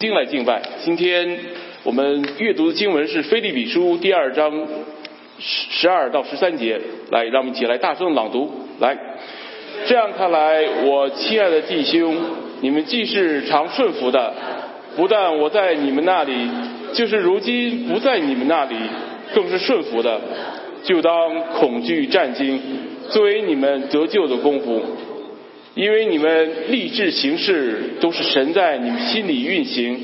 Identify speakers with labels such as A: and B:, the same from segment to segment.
A: 经来敬拜。今天我们阅读的经文是《菲利比书》第二章十十二到十三节，来，让我们一起来大声朗读。来，这样看来，我亲爱的弟兄，你们既是常顺服的，不但我在你们那里，就是如今不在你们那里，更是顺服的，就当恐惧战惊，作为你们得救的功夫。因为你们立志行事，都是神在你们心里运行，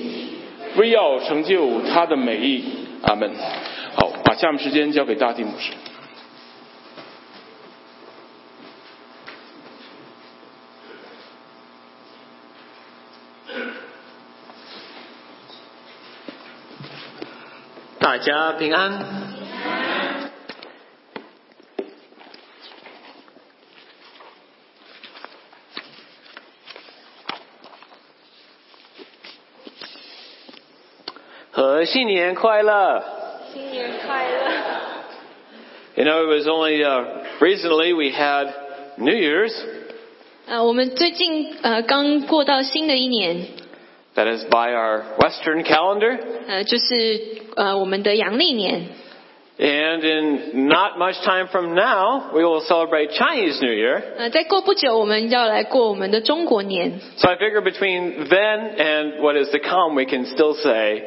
A: 为要成就他的美意。阿门。好，把下面时间交给大地牧师。
B: 大家平安。和新年快乐！
C: 新年快乐！
B: You know, it was only uh, recently we had New Year's
C: 呃，我们最近呃刚过到新的一年，
B: that is by our Western calendar,
C: 呃，就是呃我们的阳历年。
B: and in not much time from now we will celebrate Chinese New Year.
C: 呃，再过不久我们要来过我们的中国年，
B: So I figure between then and what is to come, we can still say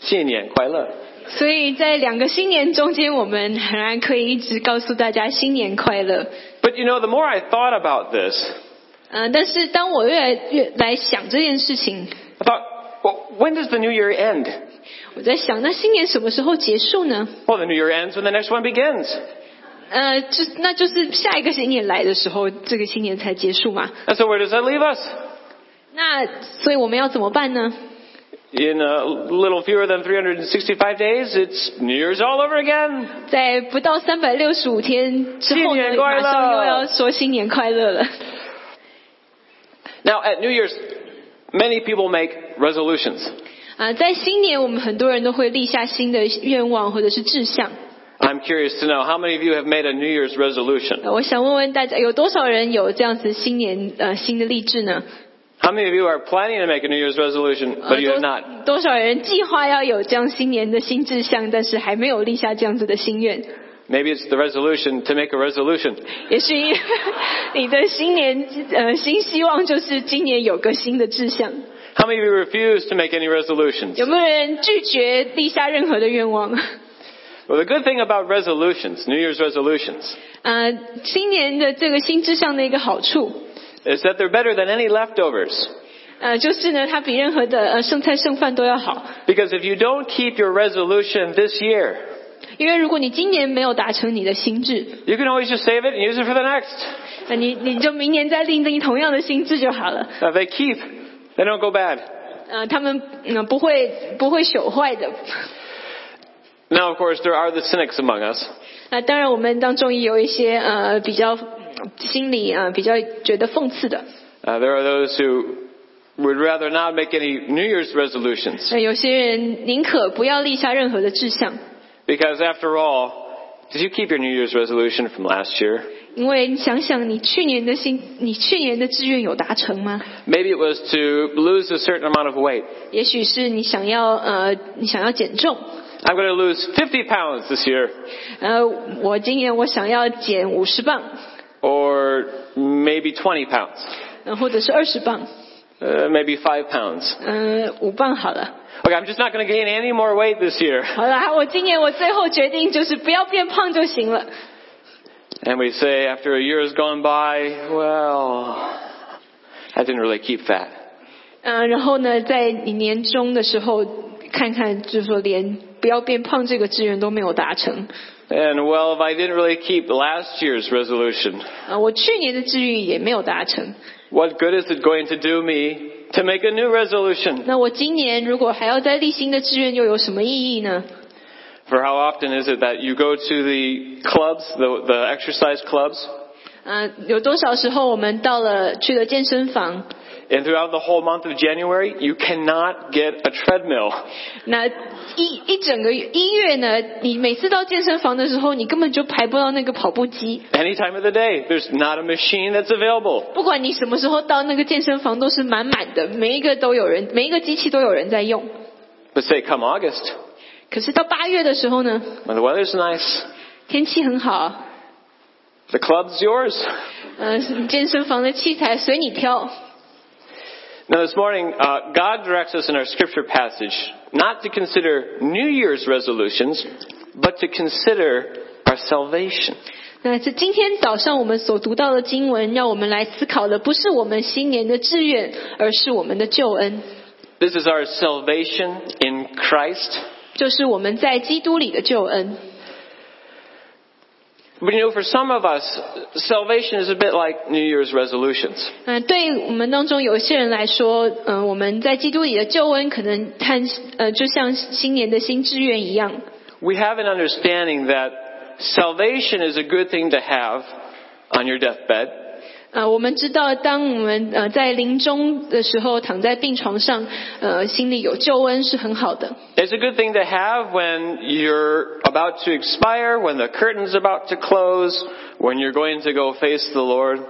B: 新年快乐.
C: 所以在两个新年中间，我们仍然可以一直告诉大家新年快乐。
B: But you know, the more I thought about this,
C: 呃，但是当我越来越来想这件事情，
B: I thought, well, when does the New Year end?
C: 我在想，那新年什么时候结束呢？
B: Well, the New Year ends when the next one begins.
C: 呃，就那就是下一个新年来的时候，这个新年才结束嘛。
B: And so where does that leave us?
C: 那所以我们要怎么办呢？
B: In a little fewer than 365 days, it's New Year's all over again.
C: 在不到三百六十五天之后
B: 新
C: 呢
B: 年，快
C: 马
B: 乐
C: 上又要说新年快乐了。
B: Now, at New Year's, many people make resolutions.
C: 啊，在新年，我们很多人都会立下新的愿望或者是志向。
B: I'm curious to know how many of you have made a New Year's resolution?
C: 呃我想问问大家，有多少人有这样子新年呃新的励志呢？
B: How many of you are planning to make a New Year's resolution,
C: 呃
B: but you have not?
C: 多多少人计划要有这样新年的新志向，但是还没有立下这样子的心愿？
B: Maybe it's the resolution to make a resolution.
C: 也许因为你的新年呃新希望就是今年有个新的志向。
B: How many of you refuse to make any resolutions?
C: 有没有人拒绝立下任何的愿望？
B: Well, the good thing about resolutions, New Year's resolutions,
C: 呃，新年的这个新志向的一个好处，
B: is that they're better than any leftovers.
C: 呃，就是呢，它比任何的呃剩菜剩饭都要好。
B: Because if you don't keep your resolution this year,
C: 因为如果你今年没有达成你的心智，
B: You can always just save it and use it for the next.
C: 呃，你你就明年再立定同样的心智就好了。
B: Uh, they keep. They don't go bad.
C: 呃，他们嗯不会不会朽坏的。
B: Now, of course, there are the cynics among us
C: 呃，当然我们当中也有一些呃比较嗯心里呃比较觉得讽刺的。
B: Uh, there are those who would rather not make any New Year's resolutions
C: 呃，有些人宁可不要立下任何的志向，
B: because, after all, did you keep your New Year's resolution from last year?
C: 因为你想想你去年的心，你去年的志愿有达成吗？
B: Maybe it was to lose a certain amount of weight.
C: 也许是你想要呃，你想要减重。
B: I'm going to lose 50 pounds this year,
C: 呃，我今年我想要减五十磅，
B: or maybe 20 pounds,
C: 呃，或者是二十磅，
B: uh, maybe 5 pounds.
C: 呃，五磅好了。
B: Okay, I'm just not going to gain any more weight this year.
C: 好啦，我今年我最后决定就是不要变胖就行了。
B: And we say after a year has gone by, well, I didn't really keep that.
C: 嗯、呃，然后呢，在你年终的时候看看，就是说连不要变胖这个志愿都没有达成。
B: And well, if I didn't really keep last year's resolution,
C: 呃，我去年的志愿也没有达成。
B: what good is it going to do me to make a new resolution?
C: 那我今年如果还要再立新的志愿，又有什么意义呢？
B: For how often is it that you go to the clubs, the, the exercise clubs,
C: 呃，有多少时候我们到了去了健身房，
B: and throughout the whole month of January, you cannot get a treadmill.
C: 那一一整个一月呢，你每次到健身房的时候，你根本就排不到那个跑步机。
B: Any time of the day, there's not a machine that's available.
C: 不管你什么时候到那个健身房，都是满满的，每一个都有人，每一个机器都有人在用。
B: But say come August,
C: 可是到八月的时候呢，
B: when the weather's nice,
C: 天气很好，
B: the club's yours.
C: 呃， 健身房的器材随你挑。
B: Now this morning, uh, God directs us in our scripture passage not to consider New Year's resolutions, but to consider our salvation.
C: 那这今天早上我们所读到的经文，让我们来思考的不是我们新年的志愿，而是我们的救恩，
B: This is our salvation in Christ.
C: 就是我们在基督里的救恩。
B: But you know, for some of us, salvation is a bit like New Year's resolutions.
C: 嗯，对我们当中有一些人来说，嗯、我们在基督里的救恩，可能看呃，就像新年的新志愿一样。
B: We have an understanding that salvation is a good thing to have on your deathbed,
C: 呃，我们知道，当我们呃在临终的时候躺在病床上，呃，心里有救恩是很好的。
B: It's a good thing to have when you're about to expire, when the curtain's about to close, when you're going to go face the Lord.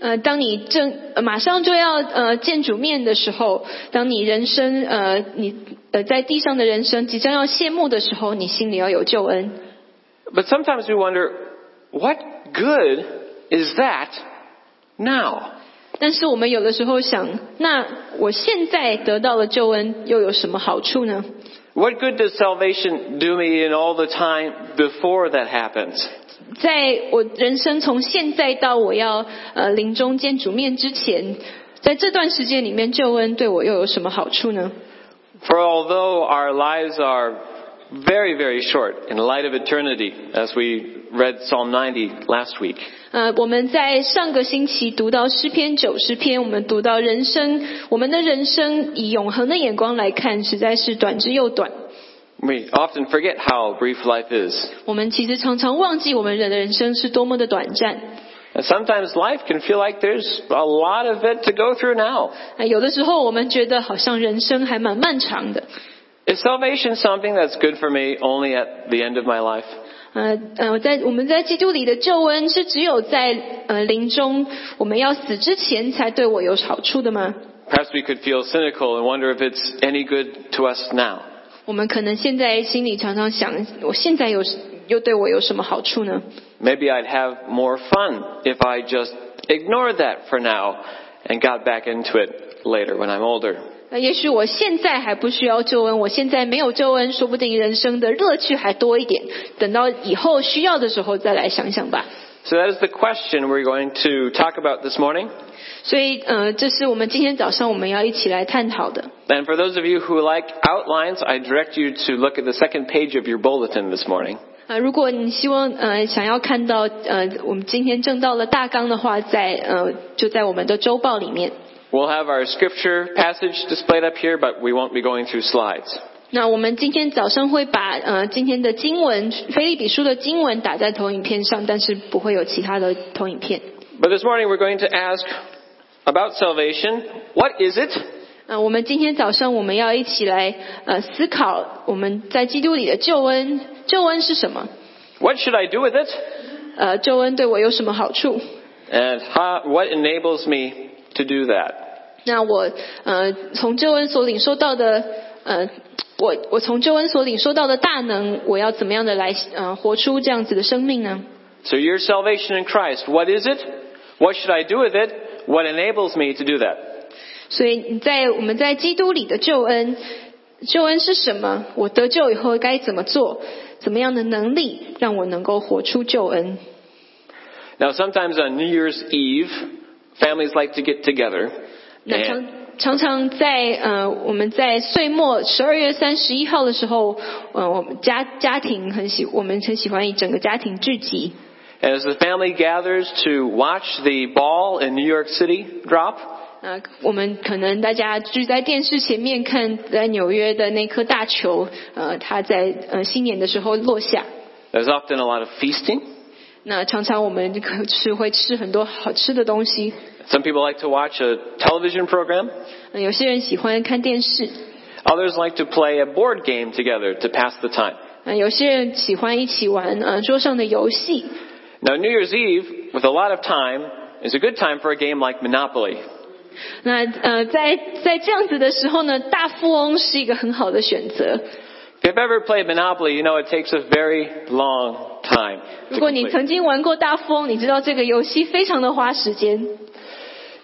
C: 呃，当你正、呃马上就要呃见主面的时候，当你人生呃你呃在地上的人生即将要谢幕的时候，你心里要有救恩。
B: But sometimes we wonder, what good is that now?
C: 但是我们有的时候想，那我现在得到了救恩，又有什么好处呢？
B: What good does salvation do me in all the time before that happens?
C: 在我人生从现在到我要呃临终见主面之前，在这段时间里面，救恩对我又有什么好处呢？
B: For although our lives are very, very short in light of eternity, as we read Psalm 90 last week,
C: 呃，我们在上个星期读到诗篇九十篇，我们读到人生，我们的人生以永恒的眼光来看，实在是短之又短。
B: we often forget how brief life is.
C: 我们其实常常忘记我们人的人生是多么的短暂。
B: And sometimes life can feel like there's a lot of it to go through now.
C: 呃有的时候我们觉得好像人生还蛮漫长的。
B: Is salvation something that's good for me only at the end of my life?
C: 呃呃，在我们在基督里的救恩是只有在呃临终我们要死之前才对我有好处的吗？
B: Perhaps we could feel cynical and wonder if it's any good to us now.
C: 我们可能现在心里常常想，我现在有又对我有什么好处呢？
B: Maybe I'd have more fun if I just ignored that for now and got back into it later when I'm older.
C: 那呃也许我现在还不需要救恩，我现在没有救恩，说不定人生的乐趣还多一点。等到以后需要的时候再来想想吧。
B: So that is the question we're going to talk about this morning.
C: 所以，呃，这是我们今天早上我们要一起来探讨的。
B: And for those of you who like outlines, I direct you to look at the second page of your bulletin this morning.
C: 啊、如果你希望呃想要看到呃我们今天正到了大纲的话，在呃就在我们的周报里面。
B: We'll have our scripture passage displayed up here, but we won't be going through slides.
C: 那我们今天早上会把呃今天的经文《菲利比书》的经文打在投影片上，但是不会有其他的投影片。
B: But this morning we're going to ask about salvation. What is it?
C: 呃，我们今天早上我们要一起来呃思考我们在基督里的救恩，救恩是什么？
B: What should I do with it?
C: 呃，救恩对我有什么好处？
B: And how, what enables me to do that?
C: 那我呃从救恩所领受到的呃，我我从救恩所领受到的大能，我要怎么样的来呃活出这样子的生命呢？
B: So your salvation in Christ, what is it? What should I do with it? What enables me to do that?
C: 所以你在我们在基督里的救恩，救恩是什么？我得救以后该怎么做？怎么样的能力让我能够活出救恩？
B: Now sometimes on New Year's Eve, families like to get together.
C: 那常
B: And,
C: 常常在呃我们在岁末十二月三十一号的时候，呃我们家家庭很喜我们很喜欢一整个家庭聚集。
B: and as the family gathers to watch the ball in New York City drop,
C: 呃，我们可能大家聚在电视前面看，在纽约的那颗大球，呃，它在呃新年的时候落下。
B: There's often a lot of feasting.
C: 那常常我们可是会吃很多好吃的东西，
B: Some people like to watch a television program.
C: 呃有些人喜欢看电视，
B: Others like to play a board game together to pass the time.
C: 呃有些人喜欢一起玩呃桌上的游戏。
B: Now, New Year's Eve, with a lot of time, is a good time for a game like Monopoly.
C: 那呃，在在这样子的时候呢，大富翁是一个很好的选择。
B: If you've ever played Monopoly, you know it takes a very long time.
C: 如
B: to
C: 果你
B: complete.
C: 曾经玩过大富翁，你知道这个游戏非常的花时间。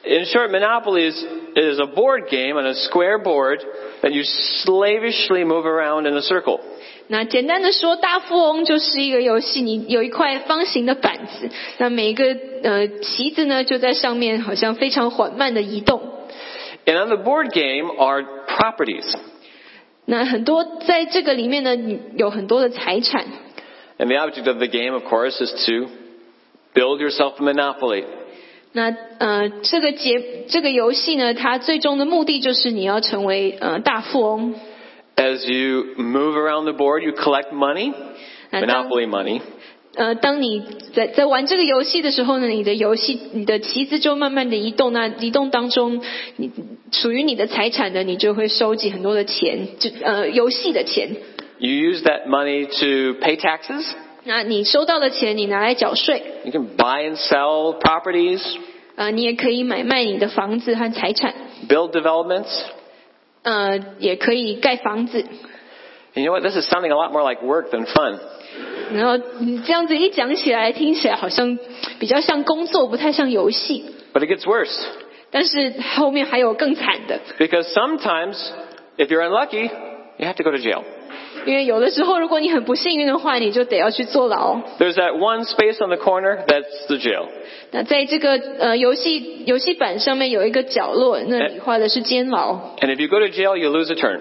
B: In short, Monopoly is, is a board game on a square board that you slavishly move around in a circle.
C: 那简单的说，大富翁就是一个游戏，你有一块方形的板子，那每一个呃棋子呢就在上面，好像非常缓慢的移动。
B: And on the board game are properties.
C: 那很多在这个里面呢，你有很多的财产。
B: And the object of the game, of course, is to build yourself a monopoly.
C: 那呃，这个节这个游戏呢，它最终的目的就是你要成为呃大富翁。
B: As you move around the board, you collect money,
C: I don't-
B: monopoly money.
C: 呃，当你在在玩这个游戏的时候呢，你的游戏你的棋子就慢慢的移动，那移动当中，你属于你的财产呢，你就会收集很多的钱，就呃游戏的钱。
B: You use that money to pay taxes.
C: 那你收到的钱，你拿来缴税，
B: You can buy and sell properties,
C: 呃，你也可以买卖你的房子和财产，
B: build developments.
C: 呃，也可以盖房子。
B: And you know what? This is sounding a lot more like work than fun.
C: 然后你这样子一讲起来，听起来好像比较像工作，不太像游戏。
B: But it gets worse
C: 但是后面还有更惨的，
B: because sometimes, if you're unlucky, you have to go to jail.
C: 因为有的时候如果你很不幸运的话，你就得要去坐牢。
B: There's that one space on the corner that's the jail.
C: 那在这个呃游戏游戏板上面有一个角落，那里画的是监牢。
B: And if you go to jail, you lose a turn.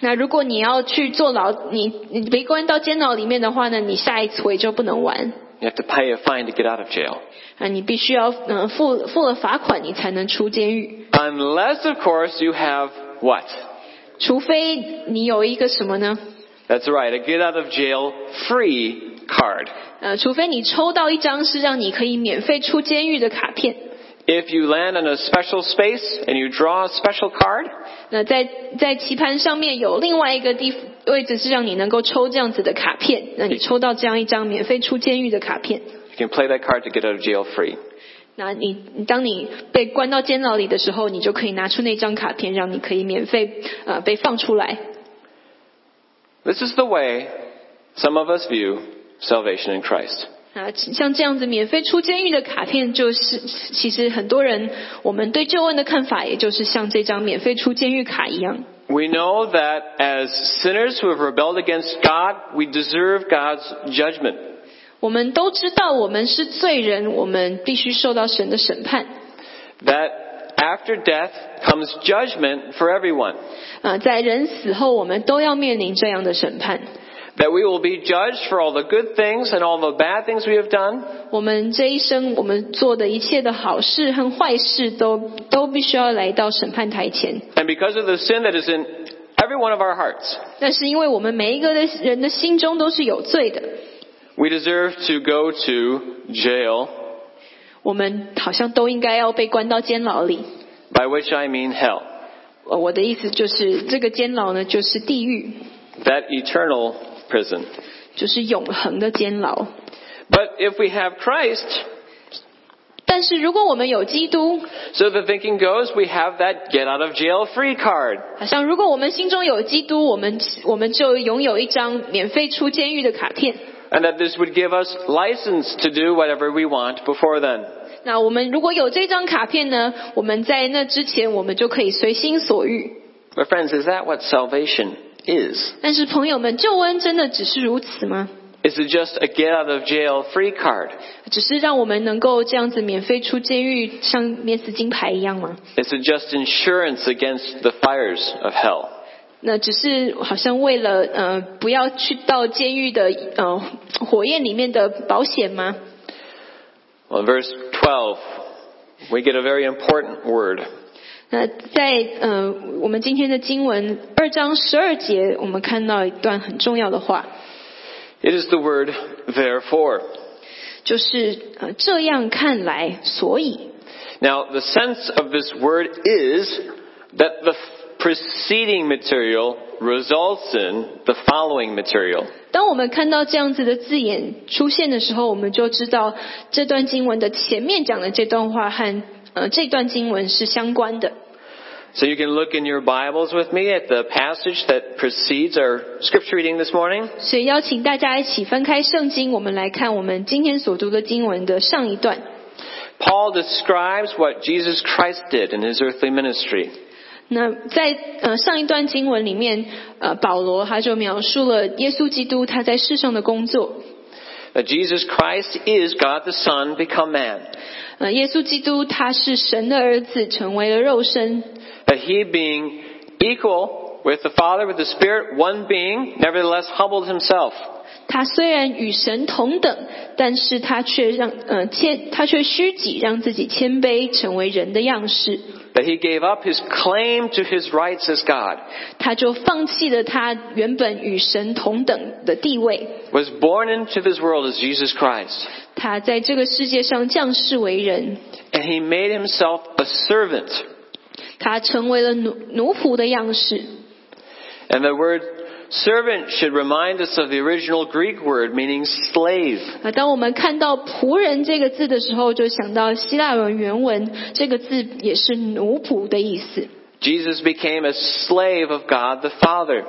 C: 那如果你要去坐牢，你你被关到监牢里面的话呢，你下一回就不能玩。
B: You have to pay a fine to get out of jail.
C: 啊，你必须要嗯、呃付付了罚款，你才能出监狱。
B: Unless, of course, you have what?
C: 除非你有一个什么呢？
B: That's right, a get out of jail free card.
C: 呃，除非你抽到一张是让你可以免费出监狱的卡片。
B: If you land on a special space and you draw a special card,
C: 那在在棋盘上面有另外一个地位置是让你能够抽这样子的卡片，那你抽到这样一张免费出监狱的卡片。
B: you can play that card to get out of jail free.
C: 那你你当你被关到监牢里的时候，你就可以拿出那张卡片，让你可以免费呃被放出来。
B: This is the way some of us view salvation in Christ.
C: 啊，像这样子免费出监狱的卡片，就是其实很多人我们对救恩的看法，也就是像这张免费出监狱卡一样。
B: We know that as sinners who have rebelled against God, we deserve God's judgment.
C: 我们都知道我们是罪人，我们必须受到神的审判。
B: That after death comes judgment for everyone.
C: 啊，在人死后，我们都要面临这样的审判。
B: That we will be judged for all the good things and all the bad things we have done.
C: 我们这一生，我们做的一切的好事和坏事都，都必须要来到审判台前。
B: And because of the sin that is in every one of our hearts,
C: 但是，因为我们每一个的人的心中都是有罪的，
B: we deserve to go to jail,
C: 我们好像都应该要被关到监牢里。
B: by which I mean hell.
C: 呃我的意思就是，这个监牢呢，就是地狱，
B: That eternal prison.
C: 就是永恒的监牢。
B: But if we have Christ,
C: 但是，如果我们有基督，
B: so the thinking goes, we have that get out of jail free card.
C: 好像如果我们心中有基督，我们我们就拥有一张免费出监狱的卡片。
B: And that this would give us license to do whatever we want before then.
C: 那我们如果有这张卡片呢，我们在那之前，我们就可以随心所欲。
B: But friends, is that what salvation is?
C: 但是朋友们，救恩真的只是如此吗？
B: Is it just a get out of jail free card?
C: 只是让我们能够这样子免费出监狱，像免死金牌一样吗？
B: Is it just insurance against the fires of hell?
C: 那只是好像为了呃不要去到监狱的呃火焰里面的保险吗？
B: Well, in verse 12, we get a very important word.
C: 那在呃我们今天的经文二章十二节，我们看到一段很重要的话，
B: It is the word therefore.
C: 就是呃这样看来，所以。
B: Now, the sense of this word is that the preceding material results in the following material.
C: 当我们看到这样子的字眼出现的时候，我们就知道这段经文的前面讲的这段话和呃这段经文是相关的。
B: So you can look in your Bibles with me at the passage that precedes our scripture reading this morning.
C: 所以邀请大家一起翻开圣经，我们来看我们今天所读的经文的上一段。
B: Paul describes what Jesus Christ did in his earthly ministry.
C: 那在呃上一段经文里面，呃保罗他就描述了耶稣基督他在世上的工作。
B: That Jesus Christ is God the Son become man.
C: 呃，耶稣基督他是神的儿子，成为了肉身。
B: That he being equal with the Father, with the Spirit, one being, nevertheless humbled himself.
C: 他虽然与神同等，但是他却让呃谦，他却虚己，让自己谦卑，成为人的样式。
B: That he gave up his claim to his rights as God.
C: 他就放弃了他原本与神同等的地位。
B: Was born into this world as Jesus Christ.
C: 他在这个世界上降世为人，
B: And he made himself a servant.
C: 他成为了奴奴仆的样式。
B: And the word servant should remind us of the original Greek word meaning slave.
C: 啊，当我们看到“仆人”这个字的时候，就想到希腊文原文这个字也是奴仆的意思。
B: Jesus became a slave of God the Father.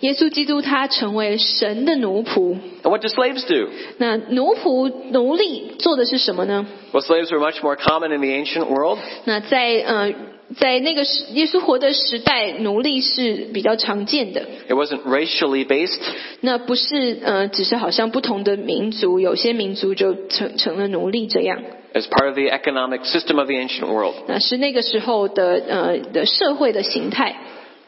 C: 耶稣基督他成为神的奴仆。
B: And what do slaves do?
C: 那奴仆、奴隶做的是什么呢？
B: Well, slaves were much more common in the ancient world.
C: 那在呃，在那个时耶稣活的时代，奴隶是比较常见的。
B: It wasn't racially based.
C: 那不是呃，只是好像不同的民族，有些民族就成成了奴隶这样。
B: As part of the economic system of the ancient world.
C: 那是那个时候的呃的社会的形态。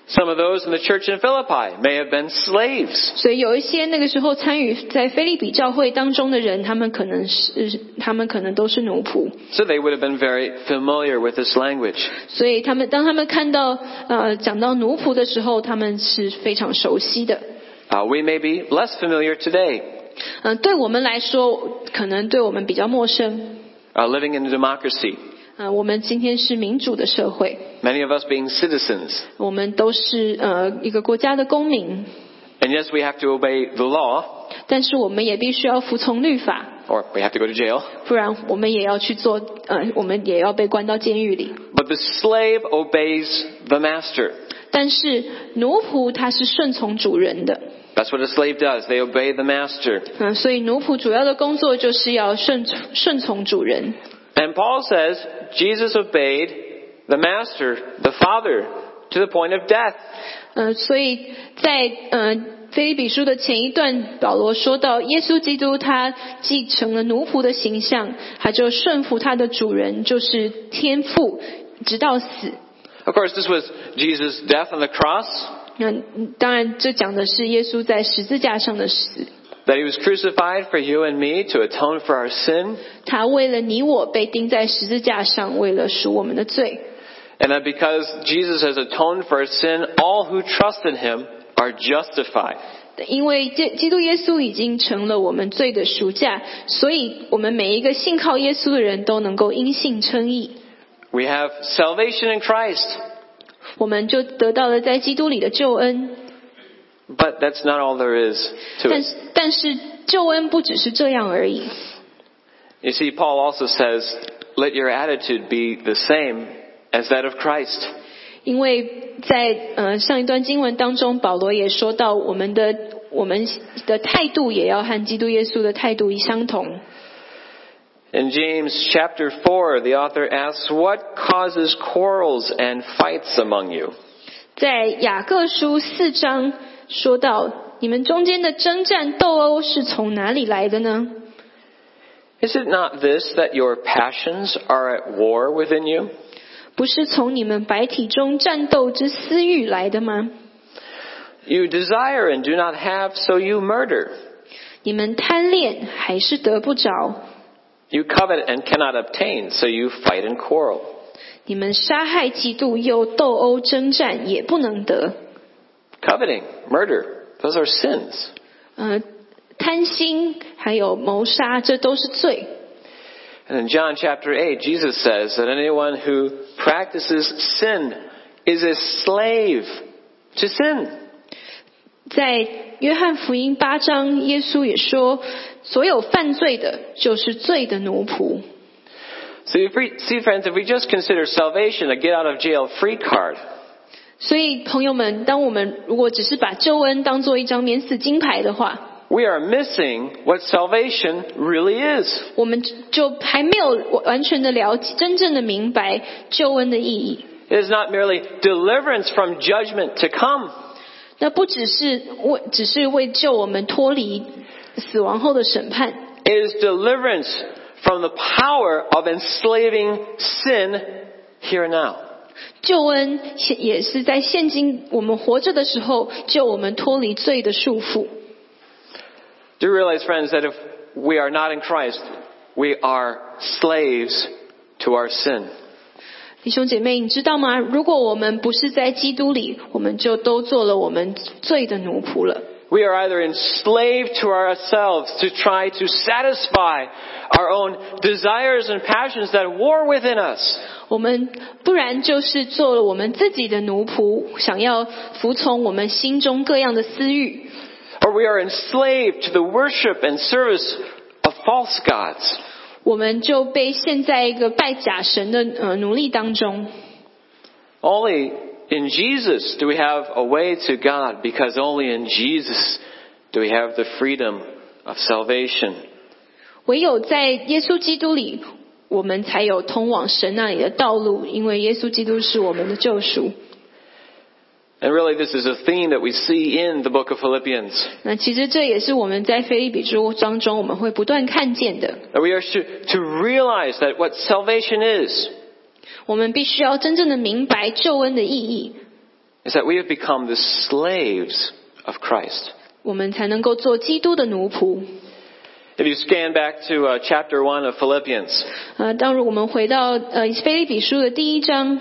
B: Some of those in the church in Philippi may have been slaves.
C: 所以有一些那个时候参与在菲利比教会当中的人，他们可能是他们可能都是奴仆，
B: So they would have been very familiar with this language.
C: 所以他们当他们看到呃讲到奴仆的时候，他们是非常熟悉的。
B: Uh, we may be less familiar today,
C: 嗯、对我们来说，可能对我们比较陌生。
B: uh, living in a democracy.
C: 嗯、我们今天是民主的社会，
B: Many of us being citizens.
C: 我们都是呃一个国家的公民，
B: And yes, we have to obey the law,
C: 但是我们也必须要服从律法，
B: or we have to go to jail.
C: 不然我们也要去做呃，我们也要被关到监狱里。
B: But the slave obeys the master.
C: 但是奴仆他是顺从主人的，
B: That's what a slave does. They obey the master.
C: 嗯，所以奴仆主要的工作就是要顺顺从主人。
B: And Paul says Jesus obeyed the master, the father, to the point of death.
C: 呃，所以在呃菲利比书的前一段，保罗说到耶稣基督他继承了奴仆的形象，他就顺服他的主人，就是天父，直到死。
B: Of course, this was Jesus' death on the cross,
C: 那嗯当然，这讲的是耶稣在十字架上的死，
B: that he was crucified for you and me to atone for our sin,
C: 他为了你我被钉在十字架上，为了赎我们的罪。
B: and that because Jesus has atoned for our sin, all who trust in him are justified.
C: 因为基基督耶稣已经成了我们罪的赎价，所以我们每一个信靠耶稣的人都能够因信称义，
B: We have salvation in Christ,
C: 我们就得到了在基督里的救恩。
B: but that's not all there is to
C: 但
B: it.
C: 是但是救恩不只是这样而已。
B: You see, Paul also says, let your attitude be the same as that of Christ.
C: 因为在呃上一段经文当中，保罗也说到，我们的我们的态度也要和基督耶稣的态度相同。
B: In James chapter 4, the author asks, What causes quarrels and fights among you?
C: 在雅各书四章说到，你们中间的征战斗殴是从哪里来的呢？
B: Is it not this that your passions are at war within you?
C: 不是从你们白体中战斗之私欲来的吗？
B: You desire and do not have, so you murder.
C: 你们贪恋还是得不着，
B: You covet and cannot obtain, so you fight and quarrel.
C: 你们杀害嫉妒又斗殴征战也不能得。
B: Coveting, murder, those are sins.
C: 呃，贪心还有谋杀，这都是罪。
B: And in John chapter 8, Jesus says that anyone who practices sin is a slave to sin.
C: 在约翰福音八章，耶稣也说，所有犯罪的就是罪的奴仆。
B: So if we, see, friends, if we just consider salvation a get out of jail free card,
C: 所以，朋友们，当我们如果只是把救恩当做一张免死金牌的话，
B: we are missing what salvation really is.
C: 我们就还没有完全的了解、真正的明白救恩的意义。
B: It is not merely deliverance from judgment to come,
C: 那不只是为，只是为救我们脱离死亡后的审判，
B: it is deliverance from the power of enslaving sin here and now.
C: 救恩也是在现今我们活着的时候救我们脱离罪的束缚。
B: Do you realize, friends, that if we are not in Christ, we are slaves to our sin?
C: 弟兄姐妹，你知道吗？如果我们不是在基督里，我们就都做了我们罪的奴仆了。
B: We are either enslaved to ourselves to try to satisfy our own desires and passions that war within us,
C: 我们不然就是做了我们自己的奴仆，想要服从我们心中各样的私欲，
B: or we are enslaved to the worship and service of false gods.
C: 我们就被陷在一个拜假神的呃奴隶当中。
B: Only in Jesus do we have a way to God because only in Jesus do we have the freedom of salvation.
C: 唯有在耶稣基督里，我们才有通往神那里的道路，因为耶稣基督是我们的救赎。
B: And really, this is a theme that we see in the book of Philippians.
C: 那其实这也是我们在菲利比书当中我们会不断看见的。
B: That we are to, to realize that what salvation is,
C: 我们必须要真正的明白救恩的意义，
B: is that we have become the slaves of Christ.
C: 我们才能够做基督的奴仆。
B: If you scan back to uh, chapter 1 of Philippians,
C: 呃，当如我们回到呃菲利比书的第一章，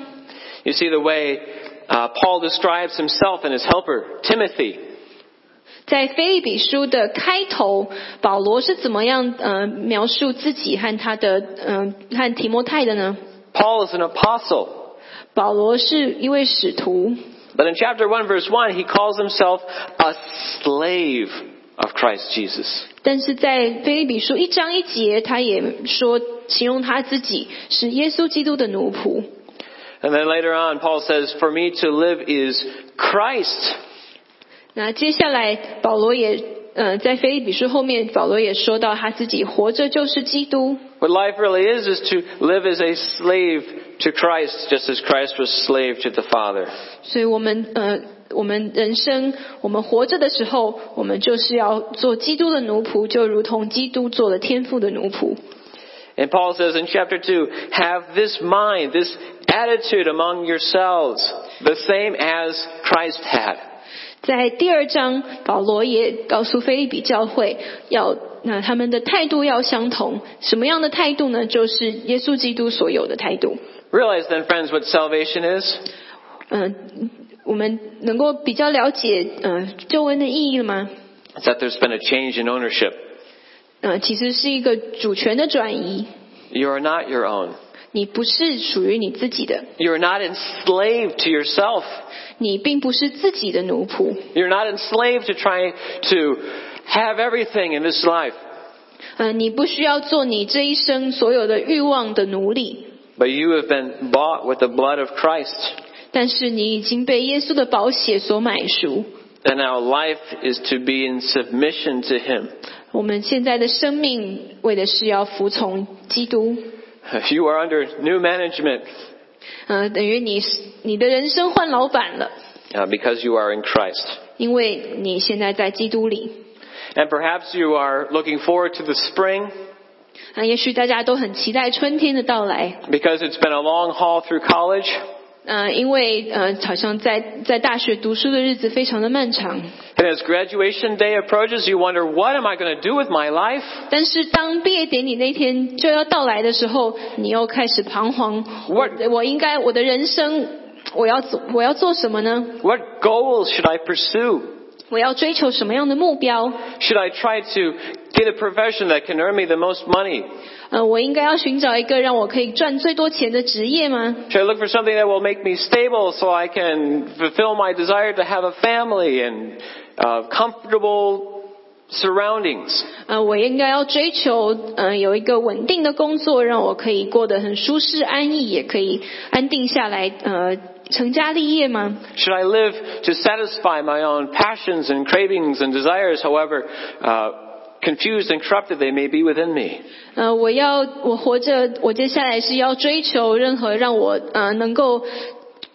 B: you see the way uh, Paul describes himself and his helper, Timothy.
C: 在菲利比书的开头，保罗是怎么样呃描述自己和他的嗯、呃、和提摩太的呢？
B: Paul is an apostle,
C: 保罗是一位使徒，
B: but in chapter 1, verse 1, he calls himself a slave of Christ Jesus.
C: 但是在菲利比书一章一节，他也说形容他自己是耶稣基督的奴仆。
B: And then later on, Paul says, For me to live is Christ.
C: 那接下来，保罗也呃在菲利比书后面，保罗也说到他自己活着就是基督，
B: What life really is is to live as a slave to Christ, just as Christ was slave to the Father.
C: 所以我们呃我们人生我们活着的时候，我们就是要做基督的奴仆，就如同基督做了天父的奴仆。
B: And Paul says in chapter 2, have this mind, this attitude among yourselves, the same as Christ had.
C: 在第二章，保罗也告诉菲利比教会，要那他们的态度要相同。什么样的态度呢？就是耶稣基督所有的态度。
B: Realize then, friends, what salvation is.
C: 嗯、我们能够比较了解呃救恩的意义了吗？
B: It's that there's been a change in ownership.
C: 呃，其实是一个主权的转移，
B: You are not your own.
C: 你不是属于你自己的，
B: You are not enslaved to yourself.
C: 你并不是自己的奴仆，
B: You're not enslaved to trying to have everything in this life.
C: 呃，你不需要做你这一生所有的欲望的奴隶，
B: But you have been bought with the blood of Christ.
C: 但是你已经被耶稣的宝血所买赎。
B: And our life is to be in submission to Him.
C: 我们现在的生命为的是要服从基督，
B: You are under new management
C: 呃，等于你你的人生换老板了，
B: uh, because you are in Christ.
C: 因为你现在在基督里。
B: And perhaps you are looking forward to the spring
C: 啊，也许大家都很期待春天的到来，
B: because it's been a long haul through college.
C: 呃，因为呃，好像在在大学读书的日子非常的漫长，
B: And as graduation day approaches, you wonder, what am I going to do with my life?
C: 但是当毕业典礼那天就要到来的时候，你又开始彷徨。我
B: What-
C: 我应该我的人生，我要做我要做什么呢？
B: What goals should I pursue?
C: 我要追求什么样的目标？
B: Should I try to get a profession that can earn me the most money?
C: 呃，我应该要寻找一个让我可以赚最多钱的职业吗？
B: Should I look for something that will make me stable so I can fulfill my desire to have a family and uh, comfortable surroundings?
C: 呃，我应该要追求呃有一个稳定的工作，让我可以过得很舒适安逸，也可以安定下来，呃，成家立业吗？
B: Should I live to satisfy my own passions and cravings and desires, however uh, confused and corrupted they may be within me?
C: 呃，我要我活着，我接下来是要追求任何让我呃能够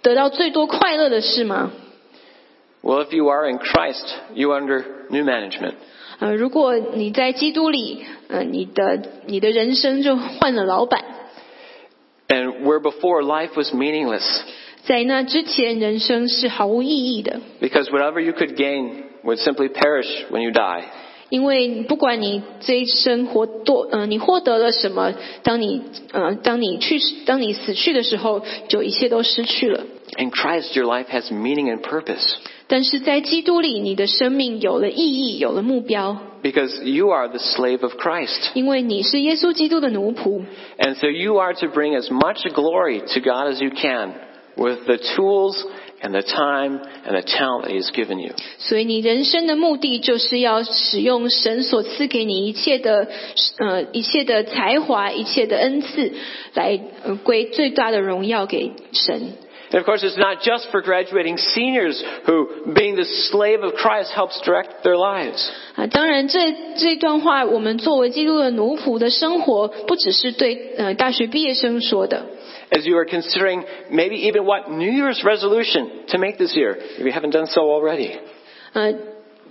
C: 得到最多快乐的事吗？
B: Well, if you are in Christ, you are under new management.
C: 呃，如果你在基督里，呃，你的你的人生就换了老板，
B: And where before life was meaningless,
C: 在那之前，人生是毫无意义的，
B: because whatever you could gain would simply perish when you die.
C: 因为不管你这一生活多，呃，你获得了什么，当你呃当你去当你死去的时候，就一切都失去了。
B: In Christ, your life has meaning and purpose
C: 但是在基督里，你的生命有了意义，有了目标，
B: because you are the slave of Christ.
C: 因为你是耶稣基督的奴仆，
B: And so you are to bring as much glory to God as you can with the tools and the time and the talent that He's given you.
C: 所以你人生的目的就是要使用神所赐给你一切的，呃，一切的才华，一切的恩赐，来、呃、归最大的荣耀给神。
B: And of course, it's not just for graduating seniors who, being the slave of Christ, helps direct their lives.
C: 啊，当然这，这段话我们作为基督的奴仆的生活，不只是对呃大学毕业生说的。
B: As you are considering maybe even what New Year's resolution to make this year, if you haven't done so already.
C: 呃，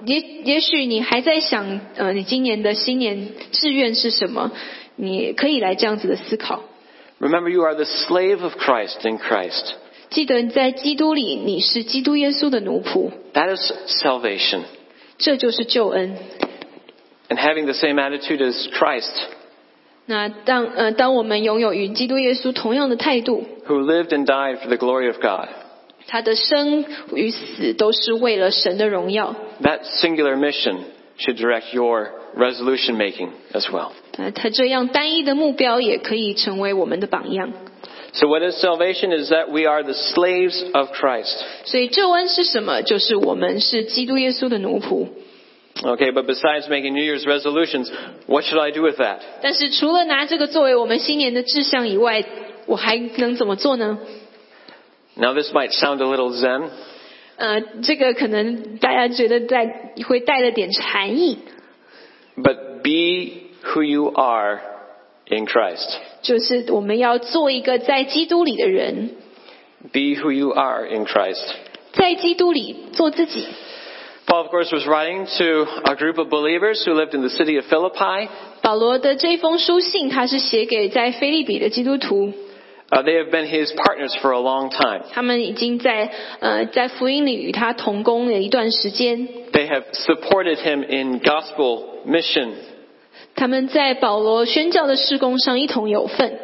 C: 也也许你还在想，呃，你今年的新年志愿是什么？你可以来这样子的思考。
B: Remember, you are the slave of Christ in Christ.
C: 记得你在基督里，你是基督耶稣的奴仆，
B: That is salvation.
C: 这就是救恩。
B: And having the same attitude as Christ,
C: 那当呃，当我们拥有与基督耶稣同样的态度，
B: who lived and died for the glory of God.
C: 他的生与死都是为了神的荣耀。
B: That singular mission should direct your resolution making as well.
C: 呃，他这样单一的目标也可以成为我们的榜样。
B: So what is salvation is that we are the slaves of Christ.
C: 所以救恩是什么？就是我们是基督耶稣的奴仆。
B: Okay, but besides making New Year's resolutions, what should I do with that?
C: 但是除了拿这个作为我们新年的志向以外，我还能怎么做呢？
B: Now this might sound a little zen,
C: 呃，这个可能大家觉得带会带了点禅意，
B: but be who you are in Christ.
C: 就是我们要做一个在基督里的人，
B: Be who you are in Christ.
C: 在基督里做自己。
B: Paul, of course, was writing to a group of believers who lived in the city of Philippi.
C: 保罗的这封书信，他是写给在菲利比的基督徒，
B: Uh, they have been his partners for a long time.
C: 他们已经在呃在福音里与他同工了一段时间。
B: They have supported him in gospel mission.
C: 他们在保罗宣教的事工上一同有份。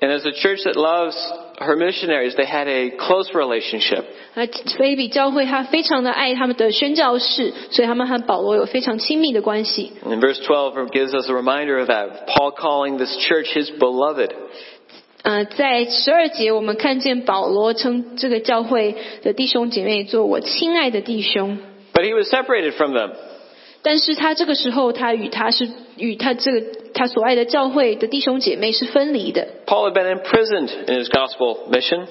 B: And as a church that loves her missionaries, they had a close relationship.
C: 呃，菲利比教会他非常的爱他们的宣教士，所以他们和保罗有非常亲密的关系。
B: And in verse 12 it gives us a reminder of that. Paul calling this church his beloved.
C: 呃，在十二节我们看见保罗称这个教会的弟兄姐妹做我亲爱的弟兄，
B: But he was separated from them.
C: 但是他这个时候他与他是与他这个他所爱的教会的弟兄姐妹是分离的。
B: Paul had been imprisoned in his gospel mission.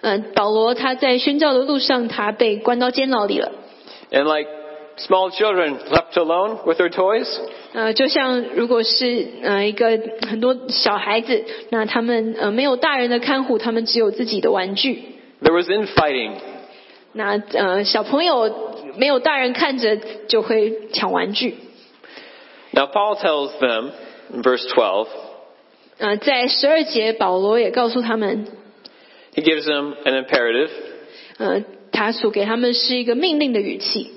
C: 嗯、保罗他在宣教的路上他被关到监牢里了。
B: And like small children left alone with their toys,
C: 呃，就像如果是呃一个很多小孩子，那他们呃没有大人的看护，他们只有自己的玩具。
B: there was infighting.
C: 那呃小朋友没有大人看着就会抢玩具。
B: Now Paul tells them in verse 12,
C: 呃，在十二节，保罗也告诉他们，
B: he gives them an imperative.
C: 呃，他所给他们是一个命令的语气。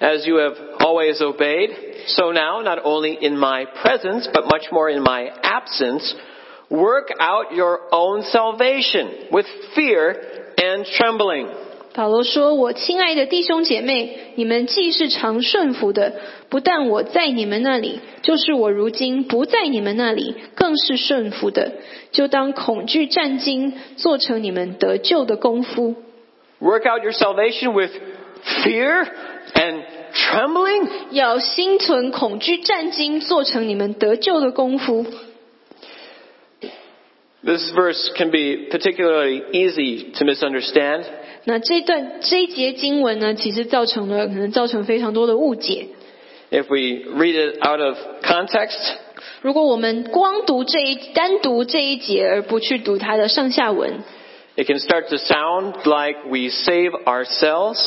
B: As you have always obeyed, so now, not only in my presence, but much more in my absence, work out your own salvation with fear and trembling.
C: 保罗说：“我亲爱的弟兄姐妹，你们既是常顺服的，不但我在你们那里，就是我如今不在你们那里，更是顺服的。就当恐惧战惊，做成你们得救的功夫。
B: Work out your salvation with fear and trembling.
C: 要心存恐惧战惊，做成你们得救的功夫。
B: This verse can be particularly easy to misunderstand. ”
C: 那这段这一节经文呢，其实造成了可能造成非常多的误解。
B: If we read it out of context,
C: 如果我们光读这一单独这一节，而不去读它的上下文，
B: it can start to sound like we save ourselves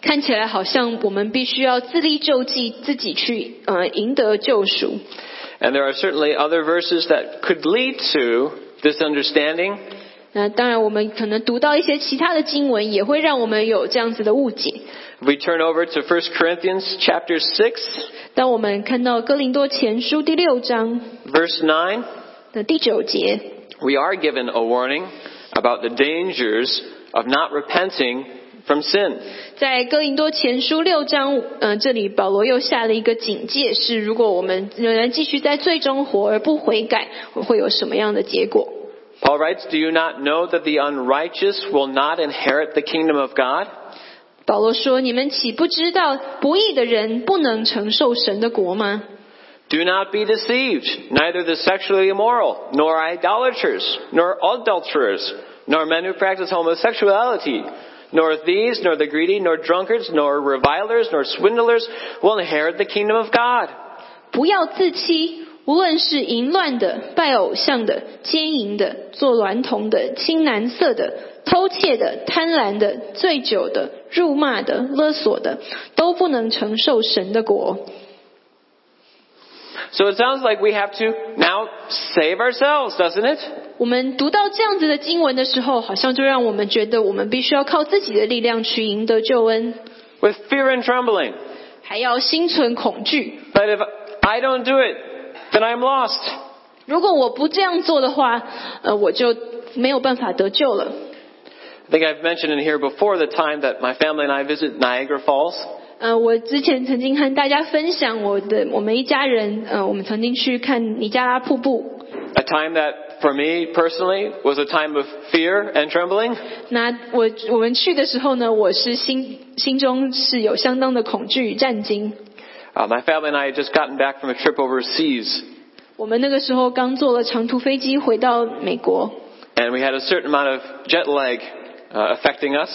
C: 看起来好像我们必须要自力救济，自己去呃赢得救赎。
B: And there are certainly other verses that could lead to this understanding,
C: 那当然，我们可能读到一些其他的经文，也会让我们有这样子的误解。
B: We turn over to 1 Corinthians chapter 6,
C: 当我们看到哥林多前书第六章
B: verse 9.
C: 的第九节，
B: We are given a warning about the dangers of not repenting from sin.
C: 在哥林多前书六章，呃，这里保罗又下了一个警戒，是如果我们仍然继续在最终活而不悔改，会有什么样的结果？
B: Paul writes, Do you not know that the unrighteous will not inherit the kingdom of God?
C: 保罗说：“你们岂不知道不义的人不能承受神的国吗？
B: Do not be deceived. Neither the sexually immoral, nor idolaters, nor adulterers, nor men who practice homosexuality, nor thieves, nor the greedy, nor drunkards, nor revilers, nor swindlers will inherit the kingdom of God.
C: 不要自欺。”无论是淫乱的、拜偶像的、奸淫的、做娈童的、青男色的、偷窃的、贪婪的、醉酒的、辱骂的、勒索的，都不能承受神的国。
B: So it sounds like we have to now save ourselves, doesn't it?
C: 我们读到这样子的经文的时候，好像就让我们觉得我们必须要靠自己的力量去赢得救恩，
B: With fear and trembling.
C: 还要心存恐惧。
B: But if I don't do it, then I'm lost.
C: 如果我不这样做的话，呃，我就没有办法得救了。
B: I think I've mentioned in here before the time that my family and I visit Niagara Falls.
C: 呃，我之前曾经和大家分享我的，我们一家人，呃，我们曾经去看尼加拉瀑布。
B: A time that, for me personally, was a time of fear and trembling.
C: 那我我们去的时候呢，我是心心中是有相当的恐惧与战惊。
B: Uh, my family and I had just gotten back from a trip overseas,
C: 我们那个时候刚坐了长途飞机回到美国，
B: and we had a certain amount of jet lag uh, affecting us.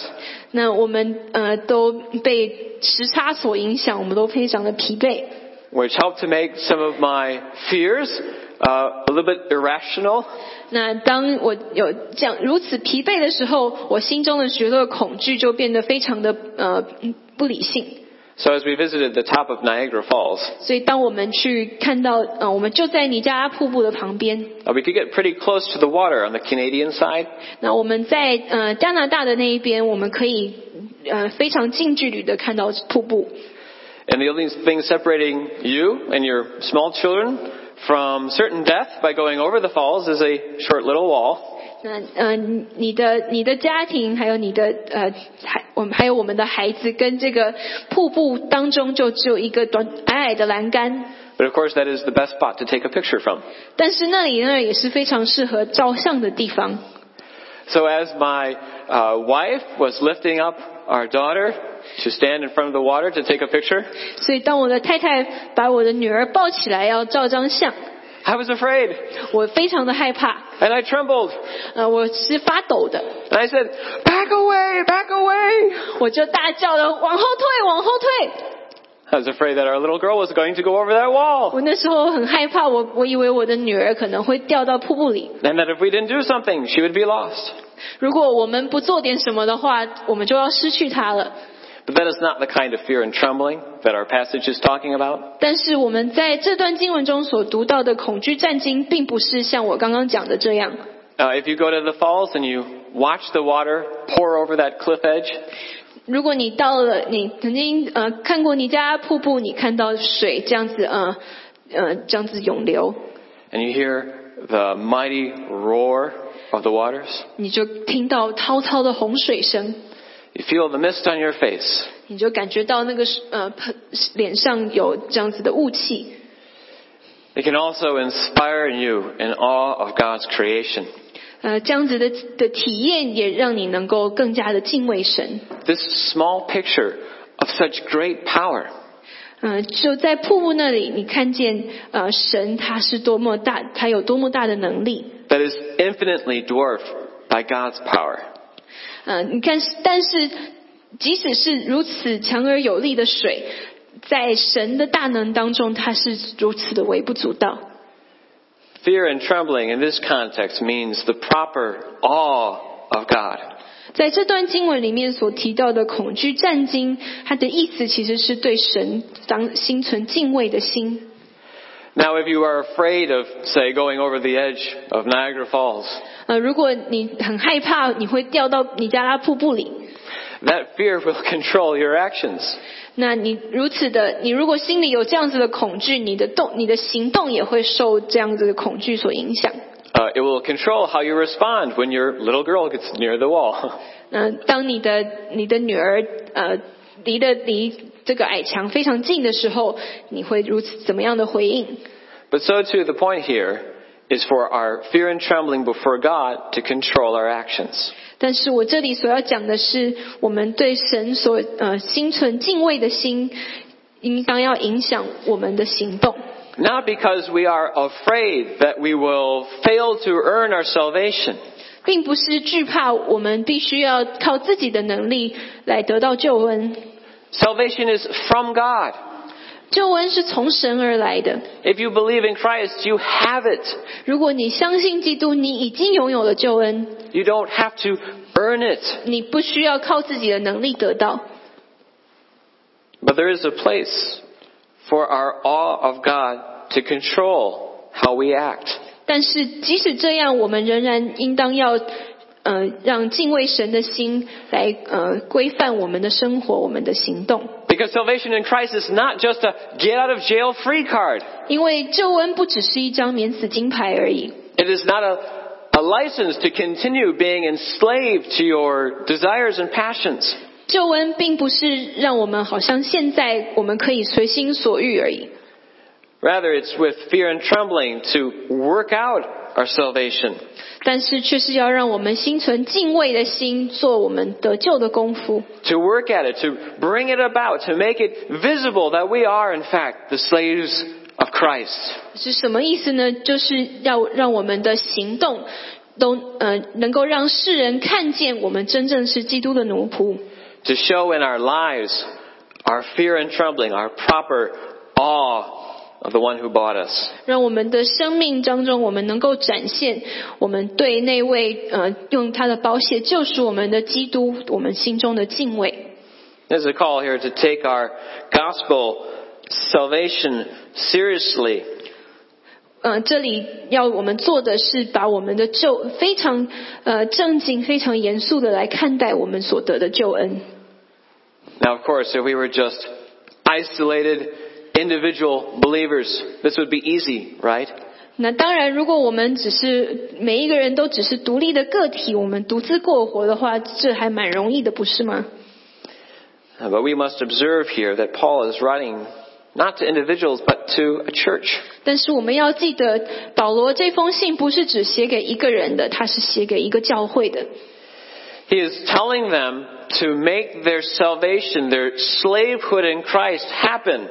C: 那我们呃都被时差所影响，我们都非常的疲惫。
B: Which helped to make some of my fears uh, a little bit irrational.
C: 那当我有这样如此疲惫的时候，我心中的许多的恐惧就变得非常的呃不理性。
B: So as we visited the top of Niagara Falls,
C: 所以当我们去看到呃我们就在尼加拉瀑布的旁边，
B: uh, we could get pretty close to the water on the Canadian side.
C: 那我们在呃加拿大的那一边，我们可以呃非常近距离的看到瀑布。
B: And the only thing separating you and your small children from certain death by going over the falls is a short little wall.
C: 那呃，你你的你的家庭，还有你的呃，还我们还有我们的孩子，跟这个瀑布当中就只有一个短矮矮的栏杆，
B: But of course, that is the best spot to take a picture from.
C: 但是那里呢也是非常适合照相的地方。
B: So as my uh, wife was lifting up our daughter to stand in front of the water to take a picture,
C: 所以当我的太太把我的女儿抱起来要照张相，
B: I was afraid
C: 我非常的害怕，
B: and I trembled.
C: 呃，我是发抖的，
B: And I said, "Back away! Back away!"
C: 我就大叫了：“往后退，往后退！”
B: I was afraid that our little girl was going to go over that wall,
C: 我那时候很害怕，我我以为我的女儿可能会掉到瀑布里。
B: and that if we didn't do something, she would be lost.
C: 如果我们不做点什么的话，我们就要失去她了。
B: But that is not the kind of fear and trembling that our passage is talking about.
C: 但是我们在这段经文中所读到的恐惧战惊，并不是像我刚刚讲的这样。
B: Uh, if you go to the falls and you watch the water pour over that cliff edge,
C: 如果你到了，你曾经呃看过尼加拉瀑布，你看到水这样子呃呃这样子涌流，
B: and you hear the mighty roar of the waters,
C: 你就听到滔滔的洪水声，
B: You feel the mist on your face.
C: 你就感觉到那个呃喷脸上有这样子的雾气。
B: It can also inspire you in awe of God's creation.
C: 呃，这样子的的体验也让你能够更加的敬畏神。
B: This small picture of such great power
C: 呃，就在瀑布那里，你看见呃神他是多么大，他有多么大的能力。
B: that is infinitely dwarfed by God's power.
C: 呃，你看，但是即使是如此强而有力的水，在神的大能当中，它是如此的微不足道。
B: Fear and trembling in this context means the proper awe of God.
C: 在这段经文里面所提到的恐惧、战惊，它的意思其实是对神当心存敬畏的心。
B: Now, if you are afraid of, say, going over the edge of Niagara Falls,
C: 呃，如果你很害怕，你会掉到尼加拉瀑布里。
B: that fear will control your actions.
C: 那你如此的，你如果心里有这样子的恐惧，你的动、你的行动也会受这样子的恐惧所影响。
B: Uh, it will control how you respond when your little girl gets near the wall.
C: 嗯，当你的你的女儿呃离的离这个矮墙非常近的时候，你会如此怎么样的回应？
B: but so too, the point here is for our fear and trembling before God to control our actions.
C: 但是我这里所要讲的是，我们对神所呃心存敬畏的心，应当要影响我们的行动。
B: Not because we are afraid that we will fail to earn our salvation,
C: 并不是惧怕我们必须要靠自己的能力来得到救恩，
B: Salvation is from God.
C: 救恩是从神而来的。
B: If you believe in Christ, you have it.
C: 如果你相信基督，你已经拥有了救恩，
B: You don't have to earn it.
C: 你不需要靠自己的能力得到。
B: But there is a place for our awe of God to control how we act.
C: 但是即使这样，我们仍然应当要，呃，让敬畏神的心来呃规范我们的生活，我们的行动。
B: Because salvation in Christ is not just a get out of jail free card.
C: 因为救恩不只是一张免死金牌而已，
B: It is not a, a license to continue being enslaved to your desires and passions.
C: 救恩并不是让我们好像现在我们可以随心所欲而已，
B: Rather, it's with fear and trembling to work out our salvation.
C: 但是却是要让我们心存敬畏的心，做我们得救的功夫。
B: to work at it, to bring it about, to make it visible that we are, in fact, the slaves of Christ.
C: 是什么意思呢？就是要让我们的行动都呃能够让世人看见我们真正是基督的奴仆，
B: To show in our lives our fear and trembling, our proper awe of the one who bought us.
C: 让我们的生命当中我们能够展现我们对那位呃用他的宝血救赎我们的基督，我们心中的敬畏。
B: There's a call here to take our gospel salvation seriously.
C: 呃，这里要我们做的是把我们的救非常呃正经、非常严肃的来看待我们所得的救恩。
B: Now, of course, if we were just isolated individual believers, this would be easy, right?
C: 那当然，如果我们只是每一个人都只是独立的个体，我们独自过活的话，这还蛮容易的，不是吗？
B: Uh, But we must observe here that Paul is writing not to individuals, but to a church.
C: 但是我们要记得，保罗这封信不是只写给一个人的，他是写给一个教会的。
B: He is telling them to make their salvation, their slavehood in Christ happen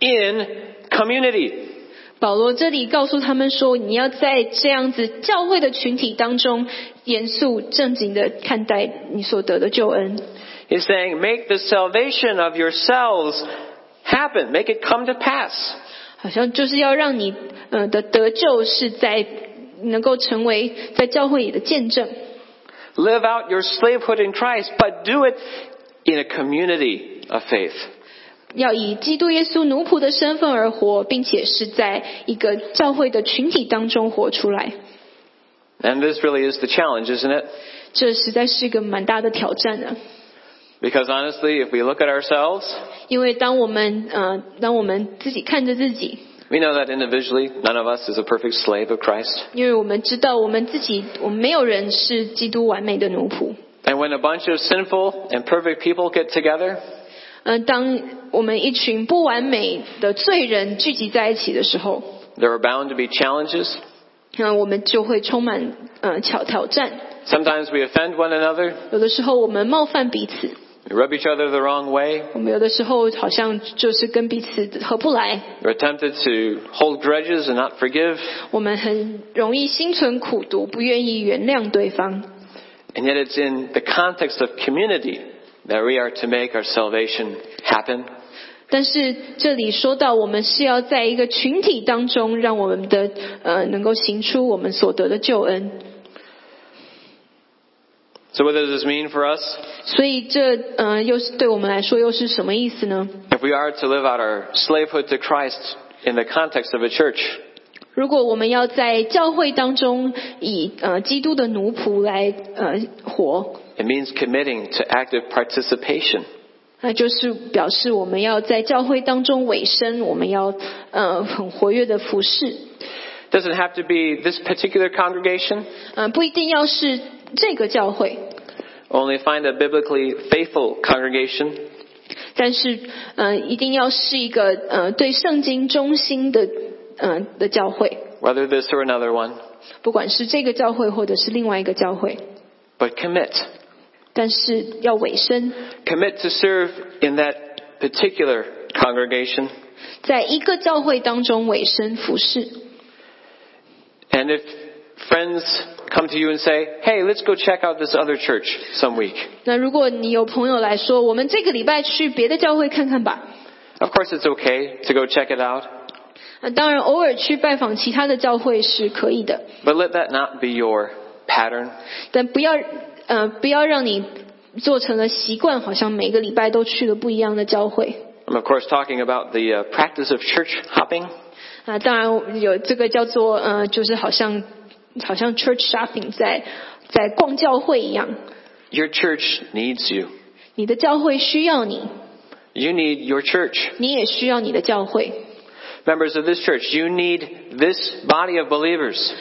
B: in community.
C: 保罗这里告诉他们说，你要在这样子教会的群体当中，严肃正经的看待你所得的救恩。
B: He's saying, make the salvation of yourselves happen. Make it come to pass.
C: 好像就是要让你呃的得救是在能够成为在教会里的见证。
B: Live out your slavehood in Christ, but do it in a community of faith.
C: 要以基督耶稣奴仆的身份而活，并且是在一个教会的群体当中活出来，
B: And this really is the challenge, isn't it?
C: 这实在是一个蛮大的挑战啊！
B: Because honestly, if we look at ourselves,
C: 因为当我们呃，当我们自己看着自己，
B: We know that individually, none of us is a perfect slave of Christ.
C: 因为我们知道我们自己，我们没有人是基督完美的奴仆，
B: And when a bunch of sinful and perfect people get together,
C: 嗯、当我们一群不完美的罪人聚集在一起的时候，
B: there are bound to be challenges.
C: 那我们就会充满呃挑挑战。
B: Sometimes we offend one another,
C: 有的时候我们冒犯彼此，
B: we rub each other the wrong way,
C: 我们有的时候好像就是跟彼此合不来，
B: we're tempted to hold grudges and not forgive,
C: 我们很容易心存苦毒，不愿意原谅对方。
B: and yet it's in the context of community that we are to make our salvation happen.
C: 但是这里说到，我们是要在一个群体当中，让我们的呃能够行出我们所得的救恩。
B: So what does this mean for us?
C: 所以这呃又是对我们来说又是什么意思呢？
B: If we are to live out our slavehood to Christ in the context of a church,
C: 如果我们要在教会当中以呃基督的奴仆来呃活，
B: it means committing to active participation.
C: 那就是表示我们要在教会当中委身，我们要呃很活跃的服侍，
B: Doesn't have to be this particular congregation.
C: 呃不一定要是这个教会，
B: Only find a biblically faithful congregation
C: 但是呃一定要是一个呃对圣经忠心的呃的教会，
B: whether this or another one,
C: 不管是这个教会或者是另外一个教会，
B: but commit.
C: 但是要委身，
B: Commit to serve in that particular congregation.
C: 在一个教会当中委身服侍。
B: And if friends come to you and say, hey, let's go check out this other church some week,
C: 那如果你有朋友来说，我们这个礼拜去别的教会看看吧。
B: of course it's okay to go check it out,
C: 那呃当然，偶尔去拜访其他的教会是可以的，
B: but let that not be your pattern.
C: 但不要呃不要让你做成了习惯，好像每个礼拜都去了不一样的教会。
B: I'm of course talking about the uh, practice of church hopping.
C: 啊，当然有这个叫做呃，就是好像好像 church shopping 在在逛教会一样，
B: Your church needs you.
C: 你的教会需要你，
B: You need your church.
C: 你也需要你的教会。
B: Members of this church, you need this body of believers.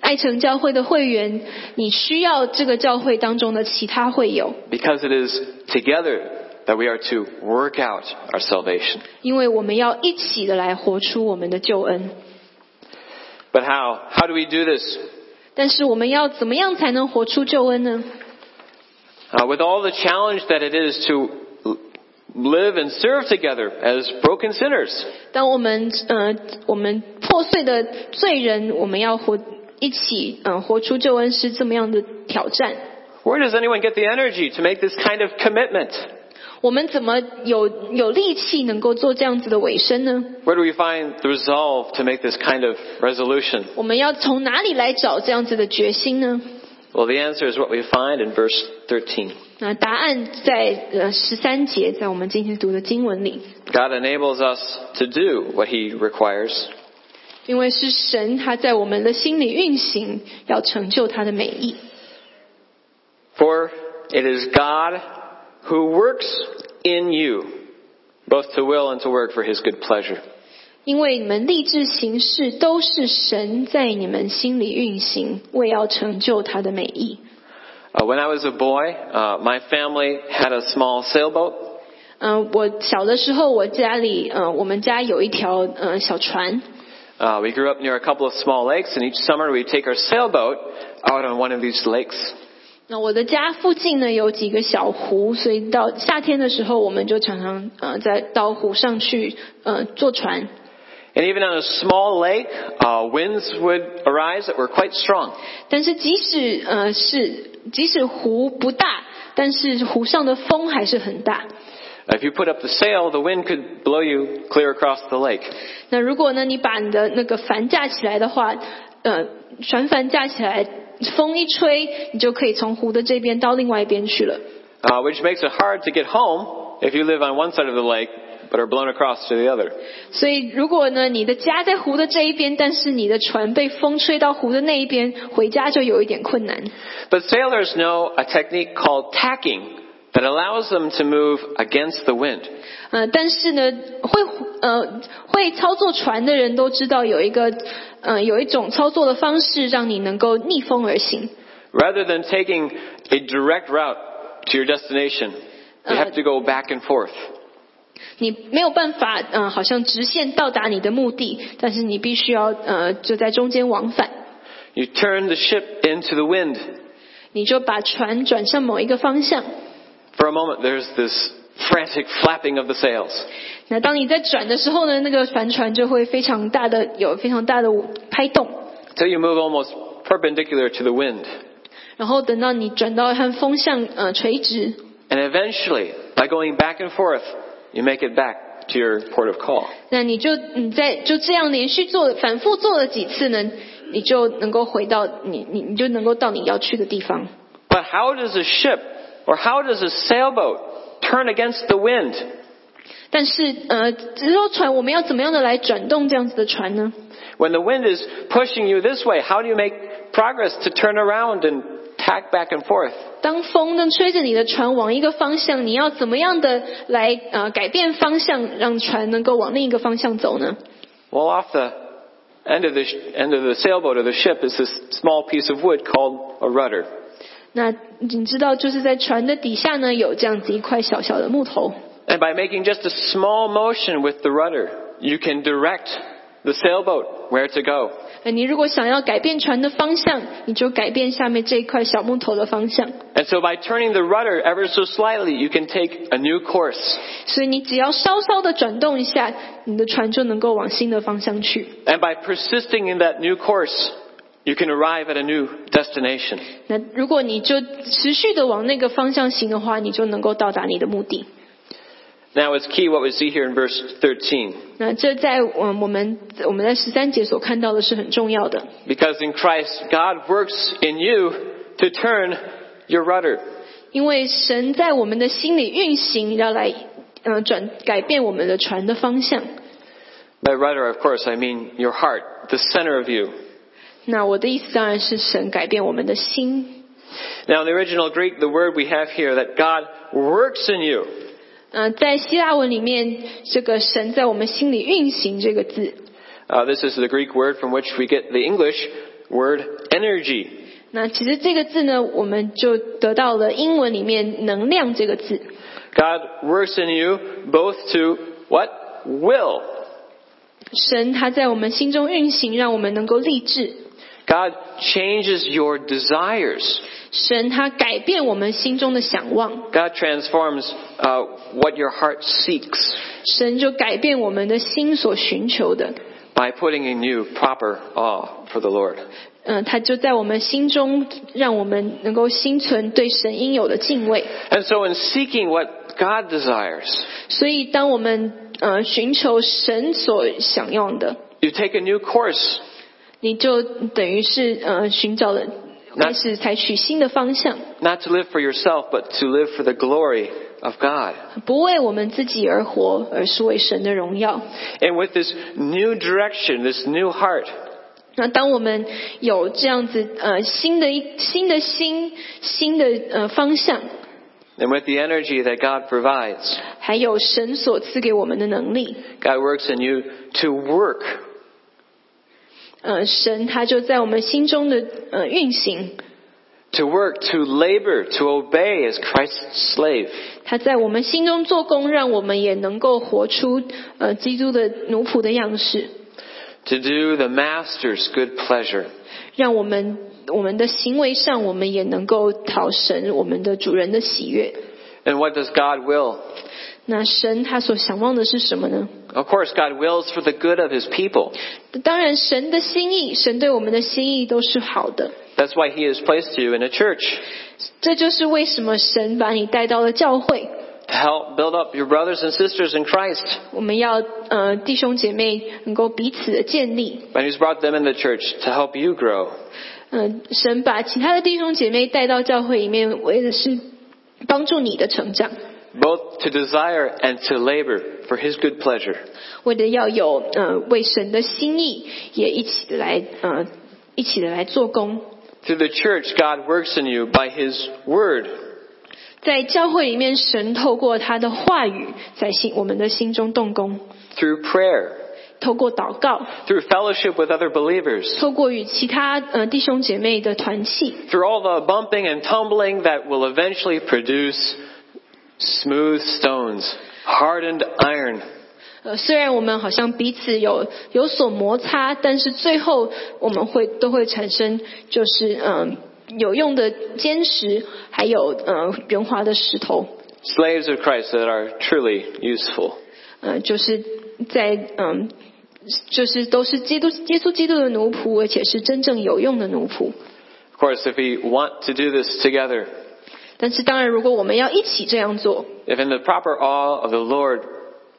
C: 爱城教会的会员，你需要这个教会当中的其他会友，
B: Because it is together that we are to work out our salvation.
C: 因为我们要一起的来活出我们的救恩。
B: But how? How do we do this?
C: 但是我们要怎么样才能活出救恩呢？
B: Uh, with all the challenge that it is to l- live and serve together as broken sinners,
C: 当我们呃我们破碎的罪人，我们要活一起嗯、呃活出救恩是这么样的挑战。
B: where does anyone get the energy to make this kind of commitment?
C: 我们怎么有有力气能够做这样子的尾声呢？
B: Where do we find the resolve to make this kind of resolution?
C: 我们要从哪里来找这样子的决心呢？
B: Well, the answer is what we find in verse 13.
C: 那啊答案在呃十三节，在我们今天读的经文里，
B: God enables us to do what He requires.
C: 因为是神他在我们的心里运行，要成就他的美意。
B: For it is God who works in you, both to will and to work for His good pleasure.
C: 因为你们立志行事，都是神在你们心里运行，为要成就他的美意。
B: Uh, when I was a boy, uh, my family had a small sailboat,
C: 嗯、我小的时候，我家里，呃，我们家有一条呃小船，
B: Uh, we grew up near a couple of small lakes, and each summer we'd take our sailboat out on one of these lakes.
C: 那我的家附近呢有几个小湖，所以到夏天的时候，我们就常常呃在到湖上去呃坐船。
B: And even on a small lake, uh, winds would arise that were quite strong.
C: 但是即使呃是即使湖不大，但是湖上的风还是很大。
B: If you put up the sail, the wind could blow you clear across the lake.
C: 那如果呢你把你的那个帆架起来的话，呃船帆架起来，风一吹，你就可以从湖的这边到另外一边去了。
B: uh, which makes it hard to get home if you live on one side of the lake but are blown across to the other.
C: 所以，如果呢，你的家在湖的这一边，但是你的船被风吹到湖的那一边，回家就有一点困难。
B: But sailors know a technique called tacking that allows them to move against the wind.
C: 呃，但是呢，会呃会操作船的人都知道有一个呃有一种操作的方式，让你能够逆风而行。
B: Rather than taking a direct route to your destination. You
C: Uh,
B: have to go back and forth.
C: 你没有办法，嗯、好像直线到达你的目的，但是你必须要，呃，就在中间往返，
B: You turn the ship into the wind.
C: 你就把船转向某一个方向。
B: For a moment, there's this frantic flapping of the sails.
C: 那当你在转的时候呢，那个帆船就会非常大的有非常大的拍动，
B: So you move almost perpendicular to the wind.
C: 然后等到你转到和风向呃垂直，
B: And eventually, by going back and forth, you make it back to your port of call.
C: 那你就你在就这样连续做反复做了几次呢，你就能够回到你你你就能够到你要去的地方。
B: But how does a ship or how does a sailboat turn against the wind?
C: 但是呃，直艘船我们要怎么样的来转动这样子的船呢？
B: When the wind is pushing you this way, how do you make progress to turn around and tack back and forth?
C: 当风呢吹着你的船往一个方向，你要怎么样的来呃改变方向，让船能够往另一个方向走呢？
B: Well, off the end of the, sh- end of the sailboat or the ship is this small piece of wood called a rudder.
C: 那你知道，就是在船的底下呢，有这样子一块小小的木头。
B: And by making just a small motion with the rudder, you can direct the sailboat where to go.
C: 呃，你如果想要改变船的方向，你就改变下面这一块小木头的方向。
B: And so by turning the rudder ever so slightly, you can take a new course.
C: 所以你只要稍稍的转动一下，你的船就能够往新的方向去。
B: And by persisting in that new course, you can arrive at a new destination.
C: 那如果你就持续的往那个方向行的话，你就能够到达你的目的。
B: Now it's key what we see here in verse 13.
C: 那这在嗯我们我们在十三节所看到的是很重要的，
B: Because in Christ, God works in you to turn your rudder.
C: 因为神在我们的心里运行，要来嗯、呃转改变我们的船的方向。
B: By rudder, of course, I mean your heart, the center of you.
C: 那我的意思当然是神改变我们的心。
B: Now in the original Greek, the word we have here that God works in you
C: 呃，在希腊文里面，这个“神在我们心里运行”这个字，
B: Uh, this is the Greek word from which we get the English word energy.
C: 那其实这个字呢，我们就得到了英文里面“能量”这个字。
B: God works in you both to what? Will.
C: 神他在我们心中运行，让我们能够立志。
B: God changes your desires.
C: 神他改变我们心中的想望，
B: God transforms uh, what your heart seeks
C: 神就改变我们的心所寻求的。
B: by putting in you proper awe for the Lord.
C: 嗯、他就在我们心中，让我们能够心存对神应有的敬畏。
B: And so in seeking what God desires,
C: 所以，当我们呃寻求神所想要的，
B: you take a new course.
C: 你就等于是呃寻找了，
B: 那
C: 开始采取新的方向，
B: Not to live for yourself, but to live for the glory of God.
C: 不为我们自己而活，而是为神的荣耀。
B: And with this new direction, this new heart,
C: 那当我们有这样子呃新的一新的心新的呃方向，
B: And with the energy that God provides,
C: 还有神所赐给我们的能力，
B: God works in you to work.
C: 呃，神他就在我们心中的呃运行，
B: To work, to labor, to obey as Christ's slave.
C: 他在我们心中做工，让我们也能够活出呃基督的奴仆的样式，
B: To do the Master's good pleasure.
C: 让我们我们的行为上，我们也能够讨神我们的主人的喜悦。
B: And what does God will?
C: 那神他所想望的是什么呢？
B: Of course, God wills for the good of His people.
C: 当然，神的心意，神对我们的心意都是好的。
B: That's why He has placed you in a church.
C: 这就是为什么神把你带到了教会。
B: To help build up your brothers and sisters in Christ.
C: 我们要呃弟兄姐妹能够彼此的建立，
B: And He's brought them in the church to help you grow.
C: 嗯、神把其他的弟兄姐妹带到教会里面，为的是帮助你的成长，
B: Both to desire and to labor for His good pleasure.
C: 为的要有呃为神的心意也一起的来呃一起的来做工。
B: Through the church, God works in you by His Word.
C: 在教会里面，神透过他的话语，在心我们的心中动工，
B: Through prayer,
C: 透过祷告，
B: through fellowship with other believers,
C: 透过与其他呃弟兄姐妹的团契，
B: through all the bumping and tumbling that will eventually produce smooth stones, hardened iron.
C: 呃，虽然我们好像彼此有有所摩擦，但是最后呃我们会都会产生就是嗯、有用的坚石，还有呃圆滑的石头，
B: Slaves of Christ that are truly useful.
C: 呃，就是在嗯、就是都是基督耶稣基督的奴仆，而且是真正有用的奴仆。
B: Of course, if we want to do this together,
C: 但是当然，如果我们要一起这样做，
B: if in the proper awe of the Lord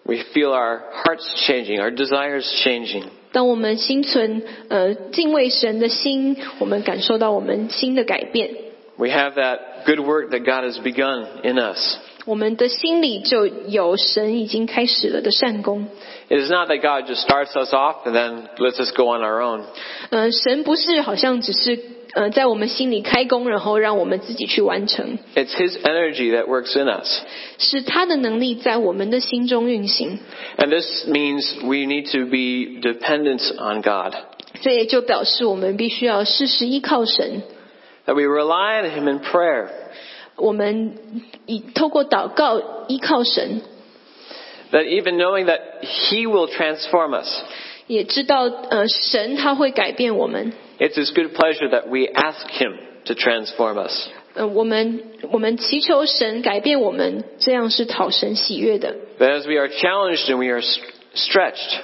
B: we feel our hearts changing, our desires changing,
C: 当我们心存呃敬畏神的心，我们感受到我们心的改变，
B: we have that good work that God has begun in us.
C: 我们的心里就有神已经开始了的善功。
B: It is not that God just starts us off and then lets us go on our own.
C: 呃，神不是好像只是呃在我们心里开工，然后让我们自己去完成，
B: It's His energy that works in us.
C: 是他的能力在我们的心中运行。
B: And this means we need to be dependent on God,
C: 这也就表示我们必须要事事依靠神，
B: that we rely on Him in prayer,
C: 我们以透过祷告依靠神，
B: that even knowing that He will transform us,
C: 也知道呃神他会改变我们。
B: it's His good pleasure that we ask Him to transform us.
C: 呃，我们我们祈求神改变我们，这样是讨神喜悦的。
B: That as we are challenged and we are s- stretched,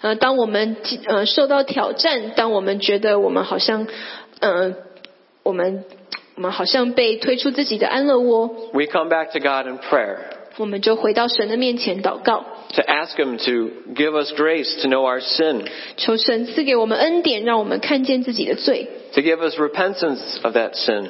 C: 呃，当我们呃受到挑战，当我们觉得我们好像，呃，我们我们好像被推出自己的安乐窝，
B: we come back to God in prayer
C: 我们就回到神的面前祷告，
B: to ask Him to give us grace to know our sin,
C: 求神赐给我们恩典，让我们看见自己的罪，
B: to give us repentance of that sin,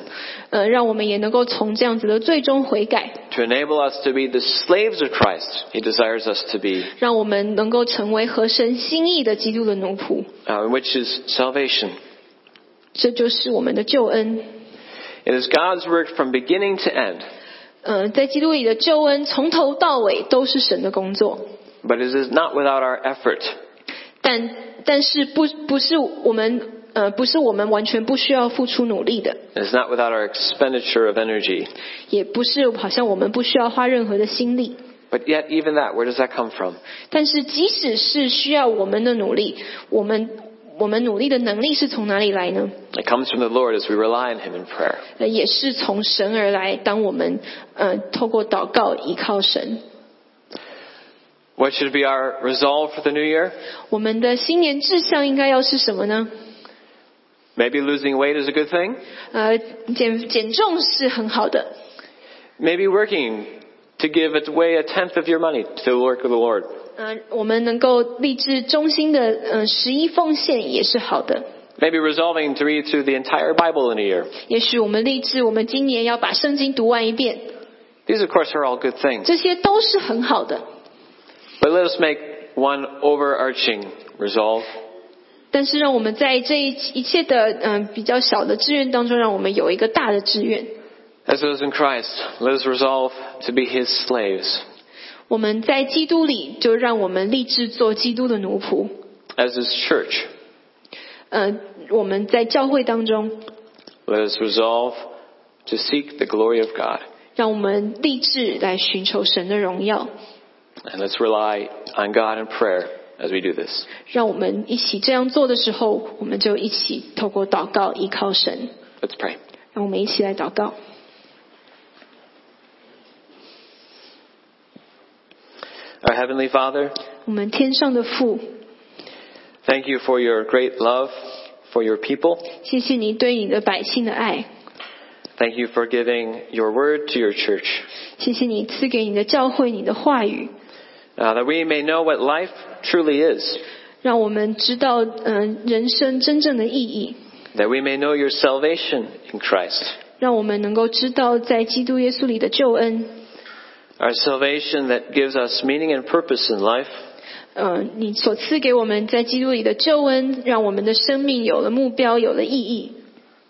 C: 呃，让我们也能够从这样子的罪中悔改，
B: to enable us to be the slaves of Christ He desires us to be,
C: 让我们能够成为合神心意的基督的奴仆，
B: uh, which is salvation.
C: 这就是我们的救恩。
B: It is God's work from beginning to end,
C: 呃，在基督里的救恩从头到尾都是神的工作，
B: but it is not without our effort.
C: 但但是不不是我们呃不是我们完全不需要付出努力的，
B: It is not without our expenditure of energy.
C: 也不是好像我们不需要花任何的心力。
B: But yet, even that, where does that come from?
C: 但是即使是需要我们的努力，我们我们努力的能力是从哪里来呢？
B: It comes from the Lord as we rely on Him in prayer.
C: 呃，也是从神而来。当我们呃透过祷告依靠神，
B: What should be our resolve for the new year?
C: 我们的新年志向应该要是什么呢？
B: Maybe losing weight is a good thing.
C: 呃，减减重是很好的，
B: Maybe working to give away a tenth of your money to the work of the Lord.
C: 呃，我们能够立志忠心的呃十一奉献也是好的。
B: Maybe resolving to read through the entire Bible in a year.
C: 也许我们立志，我们今年要把圣经读完一遍，
B: These, of course, are all good things.
C: 这些都是很好的。
B: But let us make one overarching resolve
C: 但是，让我们在这一一切的嗯、呃比较小的志愿当中，让我们有一个大的志愿。
B: As those in Christ, let us resolve to be his slaves.
C: 我们在基督里，就让我们立志做基督的奴仆。
B: As his church,
C: 呃，我们在教会当中，
B: let us resolve to seek the glory of God.
C: 让我们立志来寻求神的荣耀。
B: And let's rely on God in prayer as we do this.
C: 让我们一起这样做的时候，我们就一起透过祷告依靠神。
B: Let's pray.
C: 让我们一起来祷告。
B: Our Heavenly Father,
C: 我们天上的父，
B: thank you for your great love for your people.
C: 谢谢你对你的百姓的爱，
B: Thank you for giving your word to your church,
C: 谢谢你赐给你的教会你的话语，
B: uh, that we may know what life truly is,
C: 让我们知道，嗯、人生真正的意义，
B: that we may know your salvation in Christ,
C: 让我们能够知道在基督耶稣里的救恩。
B: our salvation that gives us meaning and purpose in life.
C: 呃，你所赐给我们在基督里的救恩，让我们的生命有了目标，有了意义，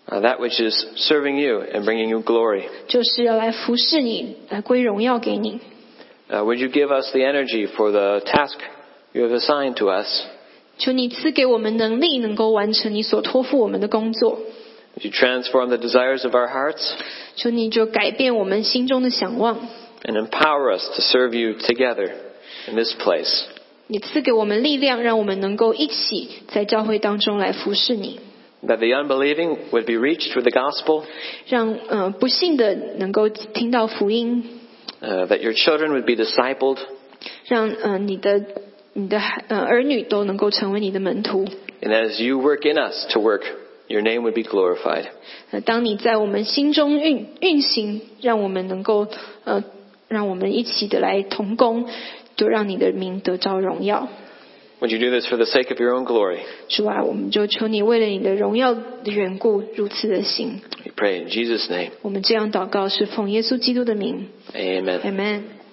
B: Uh, that which is serving you and bringing you glory.
C: 就是要来服侍你，来归荣耀给你。
B: Uh, would you give us the energy for the task you have assigned to us.
C: 求你赐给我们能力，能够完成你所托付我们的工作。
B: Would you transform the desires of our hearts
C: 求你就改变我们心中的想望，
B: and empower us to serve you together in this place.
C: 你赐给我们力量，让我们能够一起在教会当中来服侍你，
B: That the unbelieving would be reached with the gospel,
C: 让呃不幸的能够听到福音，
B: uh, that your children would be discipled,
C: 让呃你的你的孩呃儿女都能够成为你的门徒。
B: and as you work in us to work, your name would be glorified.
C: 呃，当你在我们心中运运行，让我们能够呃，让我们一起的来同工，就让你的名得着荣耀。
B: Would you do this for the sake of your own glory?
C: 主啊，我们就求你为了你的荣耀的缘故如此的行。
B: We pray in Jesus' name.
C: 我们这样祷告是奉耶稣基督的名
B: Amen.
C: ，Amen。